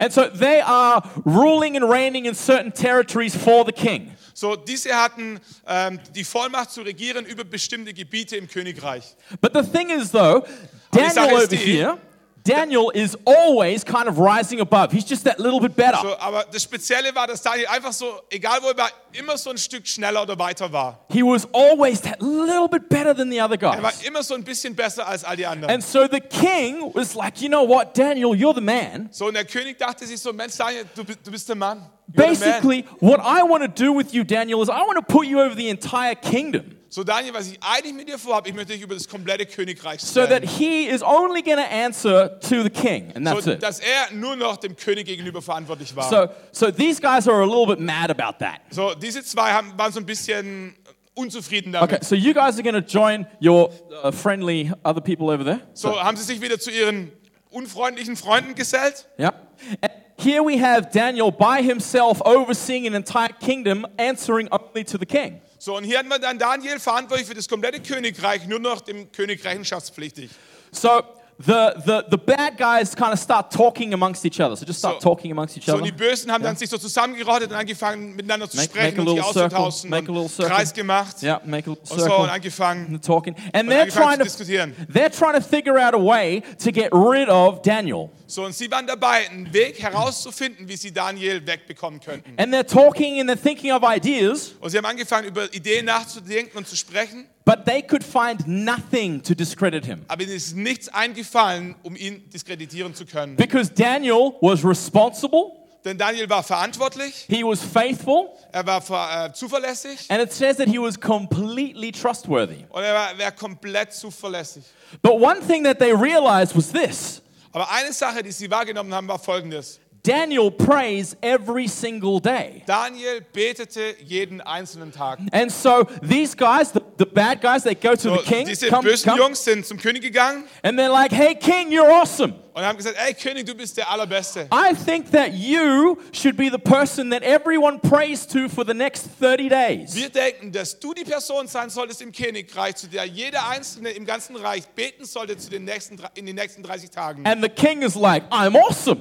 S1: And so they are ruling and reigning in certain territories for the king.
S2: So, diese hatten ähm, die Vollmacht zu regieren über bestimmte Gebiete im Königreich.
S1: But the thing is, though,
S2: die Sache
S1: Daniel
S2: ist
S1: over
S2: die-
S1: here, Daniel is always kind of rising above. He's just that little bit better.
S2: So, aber das Spezielle war, dass Daniel einfach so, egal wo er war, immer so ein Stück schneller oder weiter war.
S1: He was always that little bit better than the other
S2: Er war
S1: guys.
S2: immer so ein bisschen besser als all die anderen.
S1: And so the king was like, you know what, Daniel, you're the man.
S2: So, und der König dachte sich so, Mensch, Daniel, du, bi- du bist der Mann. You're the man.
S1: Basically, what I want to do with you, Daniel, is I want to put you over the entire kingdom
S2: So, Daniel, was ich eigentlich mit dir vorhabe, ich möchte dich über das komplette Königreich
S1: so that
S2: stellen.
S1: he is only going to answer to the king. And that's
S2: so,
S1: it.
S2: dass er nur noch dem König gegenüber verantwortlich war.
S1: So, so these guys are a little bit mad about that.
S2: So, diese zwei haben, waren so ein bisschen unzufrieden damit.
S1: Okay, so you guys are going to join your uh, friendly other people over there.
S2: So, haben sie sich wieder zu ihren unfreundlichen Freunden gesellt.
S1: Yeah. And here we have Daniel by himself overseeing an entire kingdom, answering only to the king.
S2: So, und hier hatten wir dann Daniel verantwortlich für das komplette Königreich, nur noch dem König rechenschaftspflichtig.
S1: So the, the, the bad guys kind of start talking amongst each other. So just start
S2: So-
S1: talking amongst each
S2: So,
S1: other.
S2: und die Bösen haben dann sich so zusammengerottet und angefangen miteinander zu
S1: Make-
S2: sprechen
S1: make a
S2: und sich
S1: little circle,
S2: auszutauschen
S1: make a little
S2: und
S1: circle.
S2: Kreis gemacht
S1: yeah, make a little
S2: und Oh, so
S1: circle.
S2: und angefangen,
S1: and talking. And
S2: und
S1: they're
S2: angefangen
S1: trying
S2: zu
S1: to
S2: diskutieren.
S1: they're trying to figure out a way to get rid of Daniel.
S2: So, und sie waren dabei, einen Weg herauszufinden, wie sie Daniel wegbekommen könnten.
S1: And they're talking and they're thinking of ideas,
S2: Und sie haben angefangen, über Ideen nachzudenken und zu sprechen,
S1: but they could find nothing to discredit him.
S2: aber ihnen ist nichts eingefallen, um ihn diskreditieren zu können.
S1: Because Daniel was responsible,
S2: Denn Daniel war verantwortlich,
S1: he was faithful,
S2: er war ver- äh, zuverlässig
S1: and it says that he was completely trustworthy.
S2: und er war, war komplett zuverlässig.
S1: But one thing that they realized was this
S2: Aber eine Sache, die sie wahrgenommen haben, war folgendes.
S1: Daniel prays every single day.
S2: Daniel betete jeden einzelnen Tag.
S1: And so these guys, the, the bad guys, they go to
S2: So,
S1: the king,
S2: diese
S1: come,
S2: bösen
S1: come,
S2: Jungs sind zum König gegangen
S1: and they're like, hey, king, you're awesome.
S2: und haben gesagt, ey König, du bist der Allerbeste.
S1: I think that you should be the person that everyone prays to for the next 30 days.
S2: Wir denken, dass du die Person sein solltest im Königreich, zu der jeder Einzelne im ganzen Reich beten sollte zu den nächsten, dr- in den nächsten 30 Tagen.
S1: And the king is like, I'm awesome.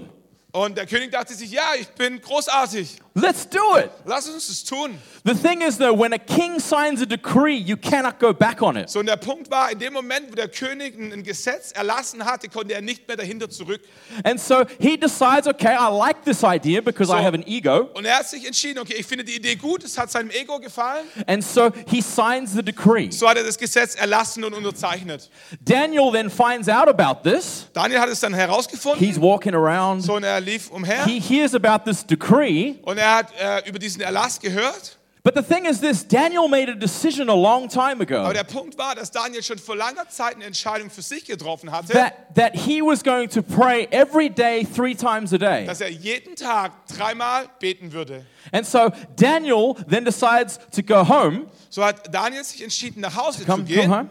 S2: Und der König dachte sich, ja, ich bin großartig.
S1: Let's do it.
S2: Lass uns es tun.
S1: The thing is, though, when a king signs a decree, you cannot go back on it.
S2: So, und der Punkt war, in dem Moment, wo der König ein ein Gesetz erlassen hatte, konnte er nicht mehr dahinter zurück.
S1: And so he decides, okay, I like this idea because I
S2: So-
S1: have an ego.
S2: Und er hat sich entschieden, okay, ich finde die Idee gut, es hat seinem Ego gefallen.
S1: And so he signs the decree.
S2: So hat er das Gesetz erlassen und unterzeichnet.
S1: Daniel then finds out about this.
S2: Daniel hat es dann herausgefunden.
S1: He's walking around.
S2: So, und er lief umher.
S1: He hears about this decree.
S2: Und er hat äh, über diesen Erlass gehört.
S1: But the thing is, this Daniel made a decision a long time ago.
S2: Aber der Punkt war, dass Daniel schon vor langer Zeit eine Entscheidung für sich getroffen hatte,
S1: that, that he was going to pray every day, three times a day.
S2: dass er jeden Tag dreimal beten würde.
S1: And so Daniel then decides to go home,
S2: So hat Daniel sich entschieden, nach Hause zu
S1: come, come
S2: gehen.
S1: home.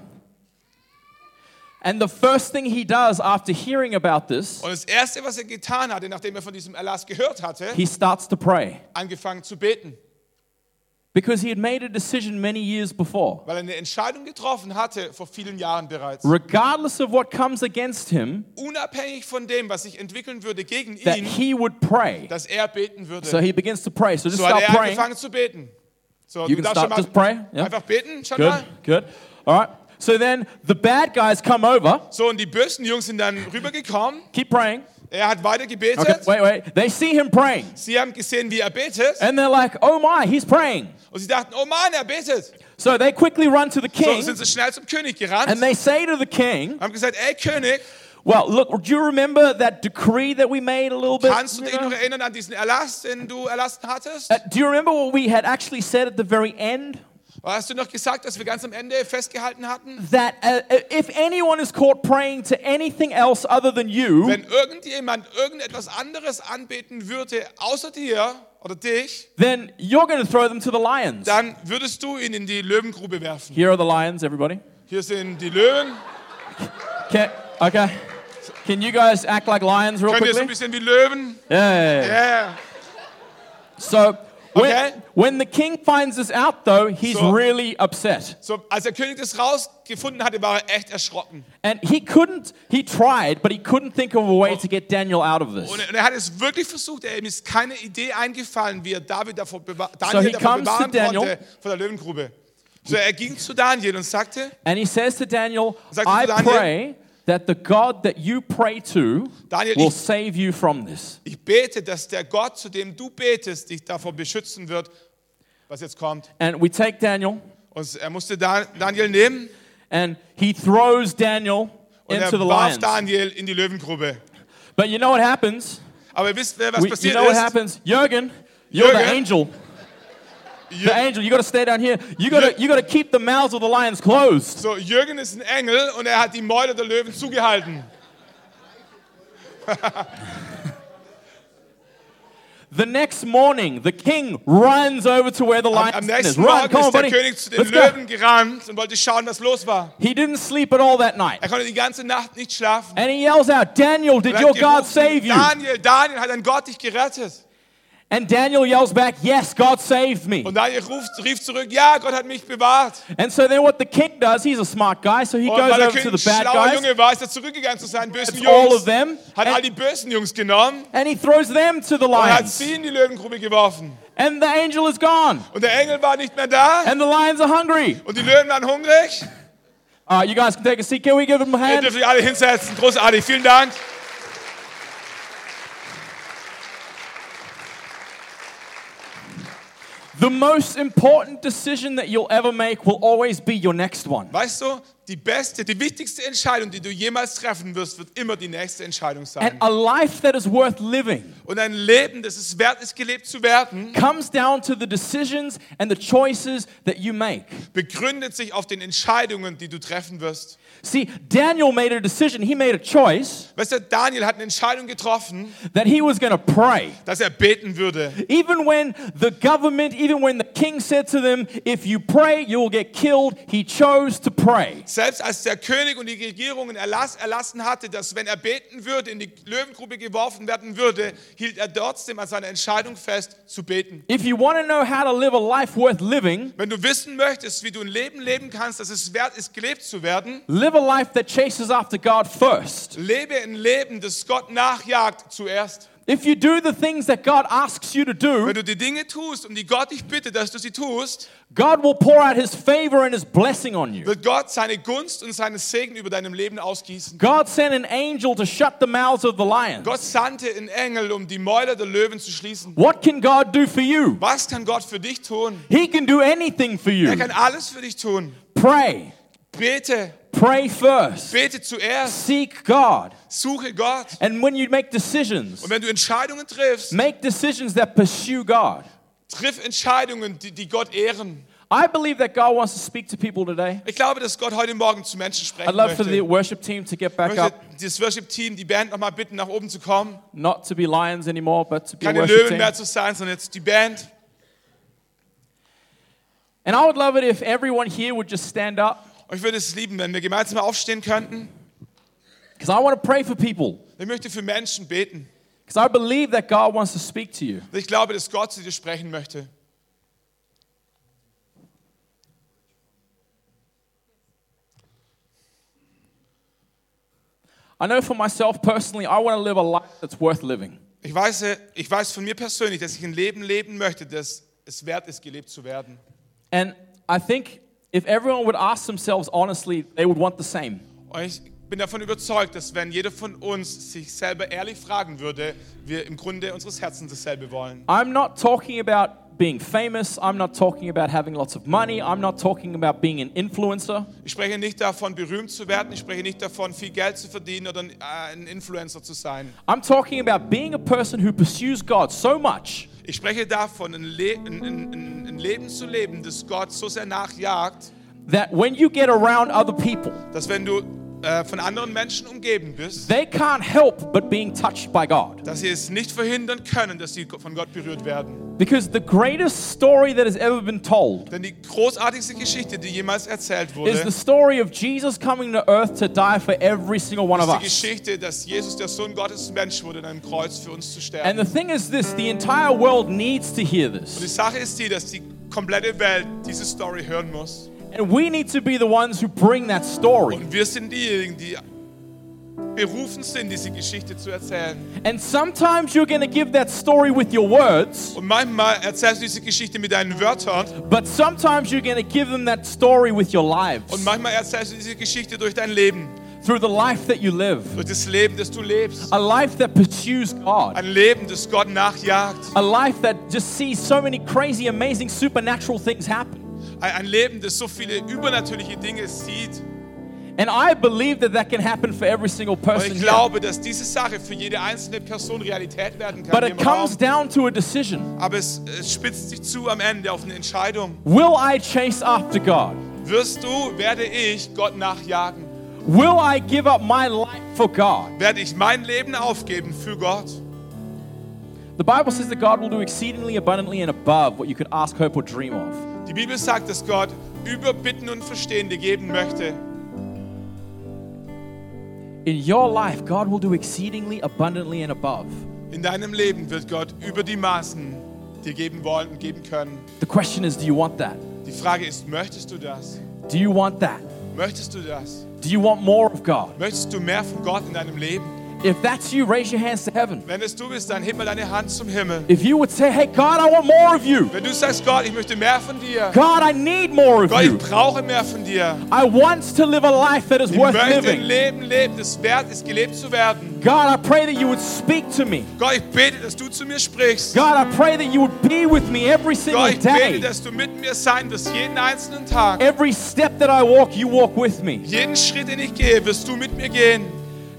S1: And the first thing he does after hearing about this,
S2: Und das Erste, was er getan hatte, nachdem er von diesem Erlass gehört hatte,
S1: he starts to pray
S2: angefangen zu beten,
S1: because he had made a decision many years before.
S2: weil er eine Entscheidung getroffen hatte, vor vielen Jahren bereits.
S1: Regardless of what comes against him,
S2: Unabhängig von dem, was sich entwickeln würde gegen
S1: that
S2: ihn,
S1: he would pray.
S2: dass er beten
S1: So
S2: würde.
S1: he begins to pray. So just
S2: So hat
S1: start
S2: er
S1: praying.
S2: angefangen zu beten. So,
S1: You can
S2: du darfst
S1: start,
S2: schon mal
S1: just pray. Yeah.
S2: einfach beten, schon
S1: Good,
S2: mal.
S1: good. All right. So then the bad guys come over,
S2: So, und die bösen Jungs sind dann rübergekommen.
S1: keep praying.
S2: Er hat weiter gebetet.
S1: Okay, wait, wait. They see him praying.
S2: Sie haben gesehen, wie er betet.
S1: And they're like, oh my, he's praying.
S2: Und sie dachten, oh Mann, er betet.
S1: So they quickly run to the
S2: So
S1: king
S2: sind sie schnell zum König
S1: and
S2: gerannt.
S1: they say to the king,
S2: Haben gesagt, ey König,
S1: well, look, do you remember that decree that we made a little bit?
S2: kannst du
S1: you
S2: dich
S1: know?
S2: noch erinnern an diesen Erlass, den du erlassen hattest?
S1: Uh, do you remember what we had actually said at the very end?
S2: Hast du noch gesagt, dass wir ganz am Ende festgehalten hatten?
S1: That uh, uh, if anyone is caught praying to anything else other than you,
S2: Wenn irgendjemand irgendetwas anderes anbeten würde, außer dir oder dich,
S1: then you're going to throw them to the lions.
S2: dann würdest du ihn in die Löwengrube werfen.
S1: Here are the lions, everybody.
S2: Hier sind die Löwen.
S1: Can, okay. Can you guys act like lions real
S2: Könnt ihr so ein
S1: quickly?
S2: bisschen wie Löwen?
S1: Yeah, yeah, yeah.
S2: Yeah.
S1: So when,
S2: Okay.
S1: when the king finds this out, though, he's
S2: So-
S1: really upset.
S2: So, als der König das rausgefunden hatte, war er echt erschrocken.
S1: And he couldn't, he tried, but he couldn't think of a way to get Daniel out of this.
S2: Und er und er hat es wirklich versucht. Er ihm ist keine Idee eingefallen, wie er David davor bewahr,
S1: he
S2: Daniel davor
S1: comes to
S2: bewahren
S1: Daniel.
S2: konnte von der Löwengrube. So er ging zu Daniel und sagte,
S1: And he says to Daniel,
S2: Sagt
S1: I
S2: zu Daniel-
S1: pray that the God that you pray to
S2: Daniel,
S1: will
S2: ich-
S1: save you from this.
S2: ich bete, dass der Gott, zu dem du betest, dich davor beschützen wird, was jetzt kommt.
S1: And we take Daniel
S2: Und er musste Dan- Daniel nehmen
S1: and he throws Daniel
S2: und
S1: into
S2: er
S1: the
S2: warf
S1: lions.
S2: Daniel in die Löwengrube.
S1: But you know what happens?
S2: Aber ihr wisst, was
S1: We- you
S2: passiert
S1: know what
S2: ist?
S1: happens? Jürgen, you're the
S2: Jürgen.
S1: angel. The
S2: Jür
S1: angel, you got to stay down here. You got to you got to keep the mouths of the lions closed.
S2: so, Jürgen ist ein Engel und er hat die Mäuler der Löwen zugehalten.
S1: The next morning, the king runs over to where the
S2: Am,
S1: lion
S2: am
S1: is.
S2: nächsten
S1: Run,
S2: Morgen
S1: come on,
S2: ist der
S1: buddy.
S2: König zu den
S1: Let's go.
S2: Löwen gerannt und wollte schauen, was los war.
S1: He didn't sleep at all that night.
S2: Er konnte die ganze Nacht nicht schlafen.
S1: And he yells out, Daniel, did
S2: Er hat
S1: your God
S2: gerufen,
S1: save you?
S2: Daniel, Daniel hat dein Gott dich gerettet.
S1: And Daniel yells back, Yes, God saved me.
S2: Und Daniel ruft, rief zurück, ja, Gott hat mich bewahrt.
S1: And so then what the king does, he's a smart guy, so he
S2: Und
S1: goes
S2: weil der
S1: over to
S2: König
S1: the
S2: ein
S1: bad
S2: schlauer
S1: guys,
S2: Junge war, ist er zurückgegangen zu seinen bösen
S1: grabs all
S2: Jungs,
S1: of them
S2: hat all
S1: and,
S2: die bösen Jungs genommen
S1: and he throws them to the
S2: und hat
S1: lions.
S2: sie in die Löwengrube geworfen.
S1: And the angel is gone.
S2: Und der Engel war nicht mehr da
S1: And the lions are hungry.
S2: und die Löwen waren hungrig.
S1: All right, you guys can take a seat. Can we give them a
S2: Ihr
S1: hand?
S2: dürft euch alle hinsetzen, großartig, vielen Dank.
S1: The most important decision that you'll ever make will always be your next one.
S2: Weißt du, die beste, die wichtigste Entscheidung, die du jemals treffen wirst, wird immer die nächste Entscheidung
S1: And
S2: sein.
S1: a life that is worth living
S2: Und ein Leben, das es wert ist, gelebt zu werden,
S1: comes down to the decisions and the choices that you make.
S2: begründet sich auf den Entscheidungen, die du treffen wirst.
S1: See, Daniel made a decision. He made a choice
S2: Weißt du, Daniel hat eine Entscheidung getroffen,
S1: that he was going to pray.
S2: dass er beten würde.
S1: Even when the government, even when the king said to them, if you pray, you will get killed, he chose to pray.
S2: Selbst als der König und die Regierung einen Erlass erlassen hatte, dass wenn er beten würde, in die Löwengrube geworfen werden würde, hielt er trotzdem an seiner Entscheidung fest, zu beten.
S1: If you want to know how to live a life worth living,
S2: Wenn du wissen möchtest, wie du ein Leben leben kannst, dass es wert ist, gelebt zu werden,
S1: live a life that chases after God first.
S2: lebe ein Leben, das Gott nachjagt zuerst.
S1: If you do the things that God asks you to do,
S2: Wenn du die Dinge tust, um die Gott dich bittet, dass du sie tust,
S1: God will pour out his favor and his blessing on you.
S2: wird Gott seine Gunst und seinen Segen über deinem Leben ausgießen.
S1: God sent an angel to shut the mouths of the lions.
S2: Gott sandte einen Engel, um die Mäuler der Löwen zu schließen.
S1: What can God do for you?
S2: Was kann Gott für dich tun?
S1: He can do anything for
S2: Er
S1: you.
S2: kann alles für dich tun.
S1: Pray.
S2: Bete,
S1: Pray first.
S2: bete zuerst,
S1: Seek God.
S2: suche Gott.
S1: And when you make decisions,
S2: Und wenn du Entscheidungen triffst,
S1: make decisions that pursue God.
S2: triff Entscheidungen, die, die Gott ehren.
S1: I believe that God wants to speak to people today.
S2: Ich glaube, dass Gott heute Morgen zu Menschen sprechen
S1: I'd love for the
S2: möchte.
S1: worship team to get back
S2: Ich möchte
S1: up,
S2: das Worship-Team, die Band nochmal bitten, nach oben zu kommen.
S1: not to be lions anymore, but to be a
S2: Keine
S1: worship
S2: Löwen
S1: team.
S2: mehr zu sein, sondern jetzt die Band.
S1: And I would love it if everyone here would just stand up,
S2: Und ich würde es lieben, wenn wir gemeinsam aufstehen könnten.
S1: because I want to pray for people,
S2: Ich möchte für Menschen beten.
S1: because I believe that God wants to speak to you.
S2: Ich glaube, dass Gott zu dir sprechen möchte.
S1: I know for myself personally, I want to live a life that's worth living.
S2: Ich weiß, äh, ich weiß von mir persönlich, dass ich ein Leben leben möchte, das es wert ist, gelebt zu werden.
S1: And I think if everyone would ask themselves honestly, they would want the same.
S2: Und ich bin davon überzeugt, dass wenn jeder von uns sich selber ehrlich fragen würde, wir im Grunde unseres Herzens dasselbe wollen.
S1: I'm not talking about being famous. I'm not talking about having lots of money. I'm not talking about being an influencer.
S2: Ich spreche nicht davon, berühmt zu werden. Ich spreche nicht davon, viel Geld zu verdienen oder ein, äh, ein Influencer zu sein.
S1: I'm talking about being a person who pursues God so much
S2: Ich spreche davon, ein, Le ein, ein, ein- ein Leben zu leben, das Gott so sehr nachjagt,
S1: that when you get around other people,
S2: dass wenn du äh, von anderen Menschen umgeben bist,
S1: they can't help but being touched by God.
S2: dass sie es nicht verhindern können, dass sie von Gott berührt werden.
S1: Because the greatest story that has ever been told
S2: Denn die großartigste Geschichte, die jemals erzählt wurde,
S1: is the story of Jesus coming to earth to die for every single one of
S2: ist
S1: us.
S2: die Geschichte, dass Jesus, der Sohn Gottes, Mensch wurde, in einem Kreuz für uns zu
S1: And
S2: sterben.
S1: the
S2: Und
S1: thing is this the entire world needs to hear
S2: die
S1: this.
S2: Sache ist die, dass die komplette Welt diese Story hören muss.
S1: And we need to be the ones who bring that story.
S2: Und wir sind diejenigen, die berufen sind, diese Geschichte zu erzählen.
S1: And sometimes you're going to give that story with your words,
S2: Und manchmal erzählst du diese Geschichte mit deinen Wörtern
S1: but sometimes you're going to give them that story with your
S2: und
S1: lives
S2: manchmal erzählst du diese Geschichte durch dein Leben,
S1: through the life that you live.
S2: durch das Leben, das du lebst.
S1: A life that pursues God.
S2: Ein Leben, das Gott nachjagt.
S1: A life that just sees so many crazy, amazing, supernatural things happen.
S2: Ein- Ein Leben, das so viele übernatürliche Dinge sieht.
S1: And I believe that that can happen for every single
S2: Und
S1: person.
S2: ich
S1: here.
S2: glaube, dass diese Sache für jede einzelne Person Realität werden kann.
S1: But
S2: hier
S1: it
S2: im Raum.
S1: comes down to a decision.
S2: Aber es, es spitzt sich zu am Ende auf eine Entscheidung.
S1: Will I chase after God?
S2: Wirst du, werde ich Gott nachjagen?
S1: Will I give up my life for God?
S2: Werde ich mein Leben aufgeben für Gott?
S1: The Bible says that God will do exceedingly abundantly and above what you could ask, hope, or dream of.
S2: Die Bibel sagt, dass Gott über Bitten und Verstehen dir geben möchte.
S1: In your life, God will do exceedingly abundantly and above.
S2: In deinem Leben wird Gott über die Maßen dir geben wollen und geben können.
S1: The question is, do you want that?
S2: Die Frage ist, möchtest du das?
S1: Do you want that?
S2: Möchtest du das?
S1: Do you want more of God?
S2: Möchtest du mehr von Gott in deinem Leben?
S1: If that's you, raise your hands to heaven.
S2: Wenn es du bist, dann heb mal deine Hand zum Himmel.
S1: If you would say, hey, God, I want more of you.
S2: Wenn du sagst, Gott, ich möchte mehr von dir.
S1: God, I need more of
S2: Gott,
S1: you.
S2: ich brauche mehr von dir.
S1: I want to live a life that is
S2: Ich
S1: worth
S2: möchte
S1: living.
S2: ein Leben leben, das wert ist, gelebt zu werden.
S1: God, I pray that you would speak to me.
S2: Gott, ich bete, dass du zu mir sprichst.
S1: God, I pray that you would be with me every single
S2: Gott, ich bete,
S1: day.
S2: dass du mit mir sein wirst, jeden einzelnen Tag.
S1: Every step that I walk, you walk with me.
S2: Jeden Schritt, den ich gehe, wirst du mit mir gehen.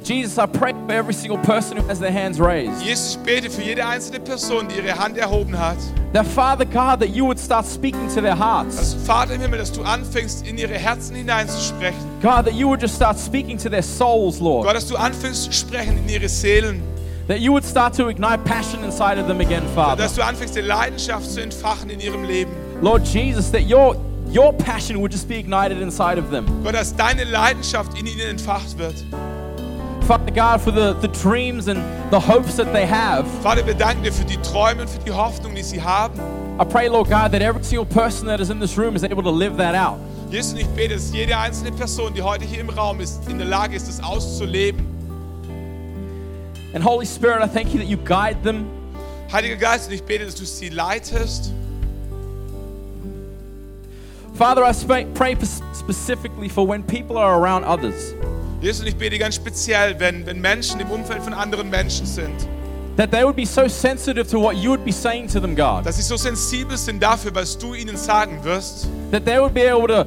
S1: Jesus, I pray for every single person who has their hands raised.
S2: Jesus, ich bete für jede einzelne Person, die ihre Hand erhoben hat.
S1: That Father God, that you would start speaking to their
S2: Dass
S1: hearts.
S2: Also, Vater im Himmel, dass du anfängst, in ihre Herzen hineinzusprechen.
S1: God, that you would just start speaking to their souls,
S2: Gott,
S1: Lord.
S2: dass du anfängst zu sprechen in ihre Seelen.
S1: That you would start to ignite passion inside of them again, Father.
S2: Dass du anfängst, die Leidenschaft zu entfachen in ihrem Leben.
S1: Lord Jesus, that your your passion would just be ignited inside of them.
S2: Gott, dass deine Leidenschaft in ihnen entfacht wird.
S1: Father God, for the, the dreams and the hopes that they have.
S2: Vater, wir danken dir für die Träume und für die Hoffnung, die sie haben.
S1: I pray, Lord God, that every single person that is in this room is able to live that out.
S2: Jesus, und ich bete, dass jede einzelne Person, die heute hier im Raum ist, in der Lage ist, das auszuleben.
S1: And Holy Spirit, I thank you that you guide them.
S2: Heiliger Geist, und ich bete, dass du sie leitest.
S1: Father, I sp- pray for specifically for when people are around others,
S2: Jesus, und ich bete ganz speziell, wenn, wenn Menschen im Umfeld von anderen Menschen sind,
S1: that they would be so sensitive to what you would be saying to them, God,
S2: dass sie so sensibel sind dafür, was du ihnen sagen wirst,
S1: that they would be able to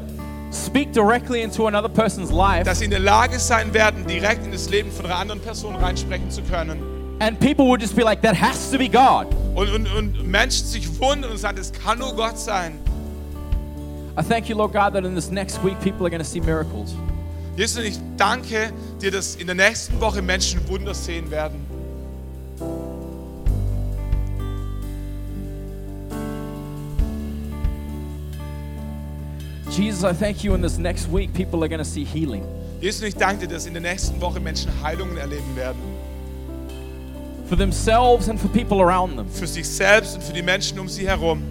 S1: speak directly into another person's life,
S2: dass sie in der Lage sein werden, direkt in das Leben von einer anderen Person reinsprechen zu können.
S1: and people would just be like, that has to be God.
S2: Und, und, und Menschen sich wundern und sagen, das kann nur Gott sein.
S1: I thank you, Lord God, that in this next week people are going to see miracles.
S2: Jesus, und ich danke dir, dass in der nächsten Woche Menschen Wunder sehen werden.
S1: Jesus, I thank you in this next week people are going to see healing.
S2: Jesus, und ich danke dir, dass in der nächsten Woche Menschen Heilungen erleben werden.
S1: for themselves and for people around them.
S2: Für sich selbst und für die Menschen um sie herum.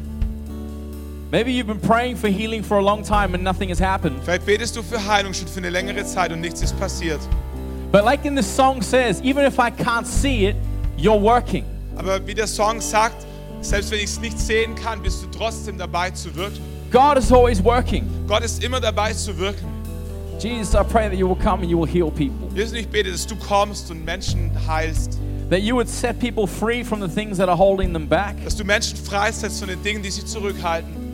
S1: Maybe you've been praying for healing for a long time and nothing has happened.
S2: Vielleicht betest du für Heilung schon für eine längere Zeit und nichts ist passiert.
S1: But like in this song says, even if I can't see it, you're working.
S2: Aber wie der Song sagt, selbst wenn ich es nicht sehen kann, bist du trotzdem dabei zu wirken.
S1: God is always working.
S2: Gott ist immer dabei zu wirken.
S1: Jesus, I pray that you will come and you will heal people.
S2: Jesus, und ich bete, dass du kommst und Menschen heilst.
S1: That you would set people free from the things that are holding them back.
S2: Dass du Menschen freisetzt von den Dingen, die sie zurückhalten.